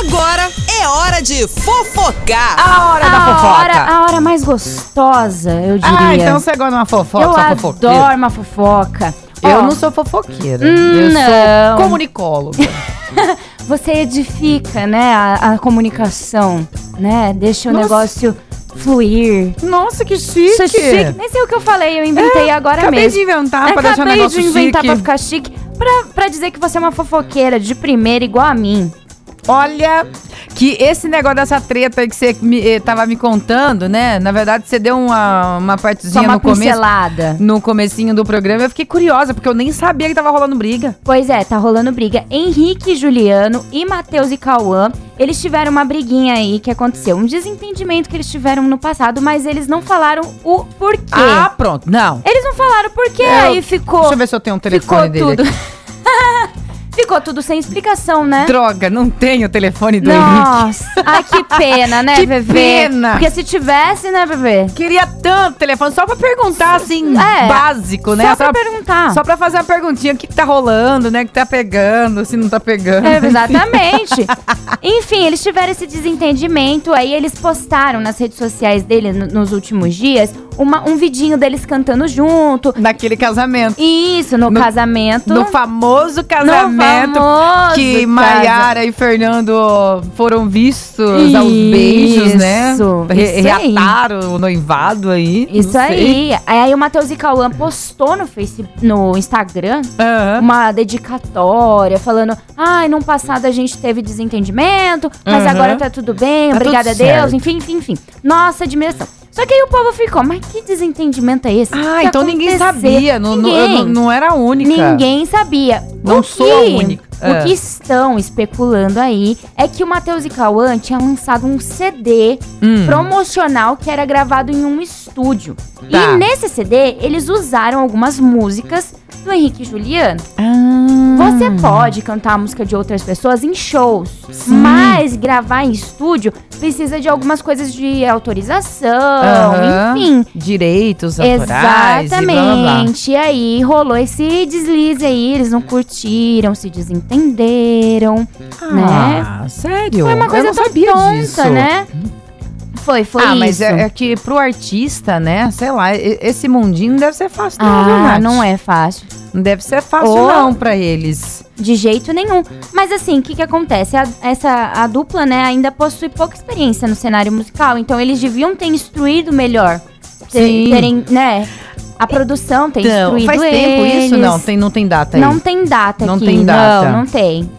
Agora é hora de fofocar. A hora da a, fofoca. hora, a hora mais gostosa, eu diria. Ah, então você gosta de uma fofoca, eu sua adoro fofoqueira. uma fofoca. Ó, Eu não sou fofoqueira. Hum, eu não. sou comunicóloga. Você edifica, né, a, a comunicação, né? Deixa o Nossa. negócio fluir. Nossa, que chique. É, Isso é chique. Nem sei o que eu falei, eu inventei agora Acabei mesmo. É, de inventar pra Acabei deixar o negócio de inventar chique. pra ficar chique. Pra, pra dizer que você é uma fofoqueira de primeira igual a mim. Olha, que esse negócio dessa treta aí que você me, eh, tava me contando, né? Na verdade, você deu uma, uma Só partezinha uma no começo. pincelada. No comecinho do programa, eu fiquei curiosa, porque eu nem sabia que tava rolando briga. Pois é, tá rolando briga. Henrique e Juliano e Matheus e Cauã, eles tiveram uma briguinha aí que aconteceu. Um desentendimento que eles tiveram no passado, mas eles não falaram o porquê. Ah, pronto. Não. Eles não falaram o porquê, É, aí ficou... Deixa eu ver se eu tenho um telefone ficou dele. tudo. aqui. ficou tudo sem explicação, né? Droga, não tenho o telefone do Henrique. Nossa, ai que pena, né, Que bebê? pena. Porque se tivesse, né, bebê? Queria tanto telefone, só pra perguntar, assim, É. básico, né? Só pra perguntar. Só pra fazer uma perguntinha, o que, que tá rolando, né? O que tá pegando, se não tá pegando. É, exatamente. Enfim, eles tiveram esse desentendimento, aí eles postaram nas redes sociais dele no- nos últimos dias uma- um vidinho deles cantando junto. Naquele casamento. Isso, no, No- casamento. No famoso casamento famoso que casa- Maiara e Fernando foram vistos aos beijos, né? Isso, Re- isso aí. Reataram o noivado aí. não Isso sei. aí. Aí o Matheus e Cauã postou no Facebook, no Instagram Aham. uma dedicatória falando: ai, no passado a gente teve desentendimento, mas Uhum. agora tá tudo bem, Tá obrigada a tudo Deus, certo. enfim, enfim, enfim. Nossa admiração. Só que aí o povo ficou, mas que desentendimento é esse? Ah, Que então ninguém aconteceu?" sabia. Não, não- eu Ninguém. não, não era a única. Ninguém sabia. Não O sou a que- única. Ah. O que estão especulando aí é que o Matheus e Cauã tinha lançado um CD Hum. promocional que era gravado em um estúdio. Tá. E nesse CD, eles usaram algumas músicas do Henrique e Juliano. Ah. Você pode cantar a música de outras pessoas em shows, Hum. Sim. mas gravar em estúdio precisa de algumas coisas de autorização, Aham. enfim. Direitos autorais e blá, blá, blá. Exatamente. E aí rolou esse deslize aí, eles não curtiram, se desentenderam, né? Ah, sério? Foi uma coisa eu não tão sabia tonta, disso. né? Foi, foi ah, isso. mas é, é que pro artista, né? Sei lá, e- esse mundinho deve ser fácil, não, viu, Ah, Nath? não é fácil. Não deve ser fácil, Ô. não, pra eles. De jeito nenhum. Mas assim, o que, que acontece? A, essa, a dupla, né, ainda possui pouca experiência no cenário musical, então eles deviam ter instruído melhor. Ter- Sim. É, Terem, né? A produção ter Então, instruído faz tempo eles. isso? Não, tem, não tem data aí. Não tem data Não aqui. tem data. Não, não tem.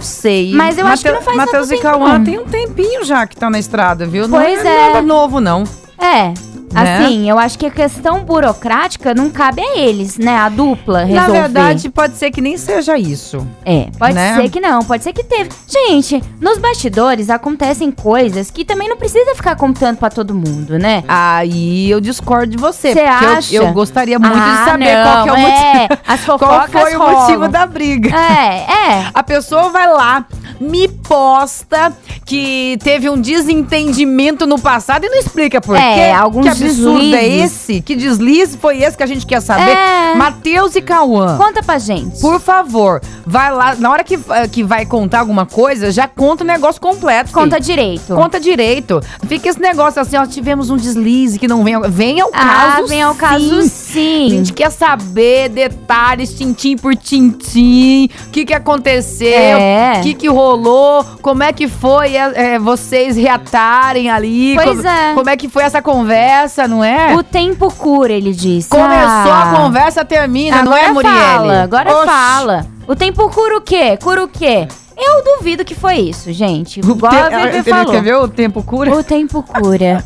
sei. Mas eu acho que não faz Matheus tanto e Cauã tempo, tem um tempinho já tá que estão na estrada, viu? Pois não é. nada novo, não. É. Né? Assim, eu acho que a questão burocrática não cabe a eles, né? A dupla resolver. Na verdade, pode ser que nem seja isso. É, pode né? ser que não, pode ser que teve. Gente, nos bastidores acontecem coisas que também não precisa ficar contando pra todo mundo, né? Aí eu discordo de você. Cê porque eu- acha? Eu, gostaria É muito de Ah, saber qual que é o não, motivo. é. As Qual fofocas foi o rolam. motivo da briga? É, é. A pessoa vai lá, me posta que teve um desentendimento no passado e não explica por É, quê. alguns que absurdo é deslizes. esse? Que deslize foi esse que a gente quer saber? É. Matheus e Cauã. Conta pra gente. Por favor, vai lá. Na hora que, eh, que vai contar alguma coisa, já conta o negócio completo. filho. Conta direito. Conta direito. Fica esse negócio assim, ó. Tivemos um deslize que não vem. ao- Vem ao ah, caso. vem ao sim. caso A sim. gente quer saber detalhes, tintim por tintim, o que, que aconteceu, É. o que, que rolou, como é que foi é, é, vocês reatarem ali, Pois como, é. como é que foi essa conversa, não é? O tempo cura, ele disse. Começou Ah. a conversa, termina, Agora não é, Muriel? fala, agora fala. O tempo cura o quê? Cura o quê? Eu duvido que foi isso, gente. Igual a Bebê falou. Quer ver o tempo cura? O tempo cura.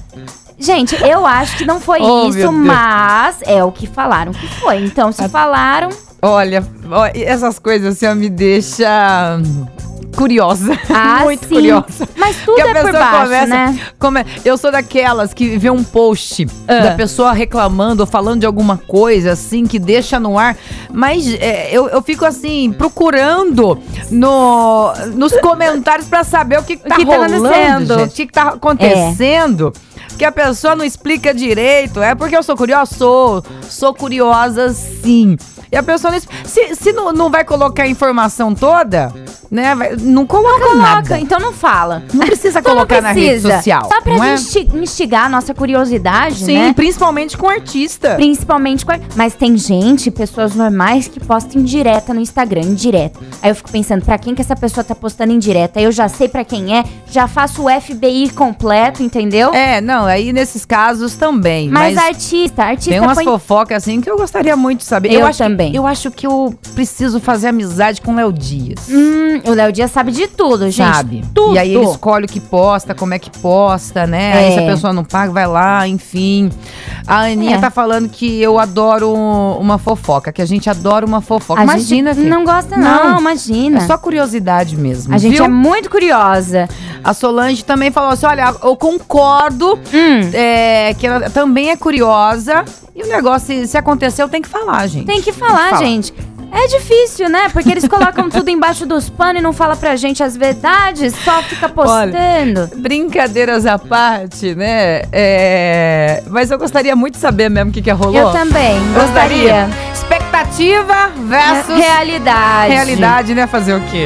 Gente, eu acho que não foi Oh, meu isso, Deus. Tá mas é o que falaram que foi. Então, se falaram, Olha, ó, essas coisas assim ó, me deixa hum, curiosa, ah, muito sim. curiosa. Mas tudo Que a é por pessoa baixo, começa- né? Como é- Eu sou daquelas que vê um post Ah. da pessoa reclamando ou falando de alguma coisa, assim, que deixa no ar. Mas é, eu, eu fico, assim, procurando no, nos comentários pra saber o que, que tá que tá rolando, acontecendo. gente, O que, que tá acontecendo. Que a é pessoa não explica direito. É porque eu sou curiosa? Sou. Sou curiosa, sim. E a pessoa não. explica. Se, se não, não vai colocar a informação toda, né? vai- não coloca Coloca, nada. então não fala. Não precisa Então não colocar na rede precisa. social. Só pra não é? insti- instigar a nossa curiosidade, Sim, né? principalmente com artista. Principalmente com. a- Mas tem gente, pessoas normais, que postam indireta no Instagram, indireta. Aí eu fico pensando, pra quem que essa pessoa tá postando indireta? Aí eu já sei pra quem é, já faço o FBI completo, entendeu? É, não, aí nesses casos também. mas, Mas, artista, artista tem umas põe. fofocas assim que eu gostaria muito de saber. Eu acho que- também. eu acho que eu preciso fazer amizade com o Léo Dias. Hum, o Léo Dias sabe de tudo, gente. sabe? tudo. E aí ele escolhe o que posta, como é que posta, né? É. Aí se a pessoa não paga, vai lá, enfim. A Aninha É. tá falando que eu adoro uma fofoca, que a gente adora uma fofoca. A imagina, gente filho. Não gosta, não, Não. imagina. É só curiosidade mesmo. A gente viu? é muito curiosa. A Solange também falou assim: olha, eu concordo Hum, é, que ela também é curiosa. E o negócio, se, se aconteceu, tem que falar, gente. tem que falar, falar. gente. É difícil, né? Porque eles colocam tudo embaixo dos panos e não fala pra gente as verdades, só fica postando. Brincadeiras à parte, né? É, Mas eu gostaria muito de saber mesmo o que, que rolou. Eu também gostaria. Expectativa versus Realidade. realidade, né? Fazer o quê?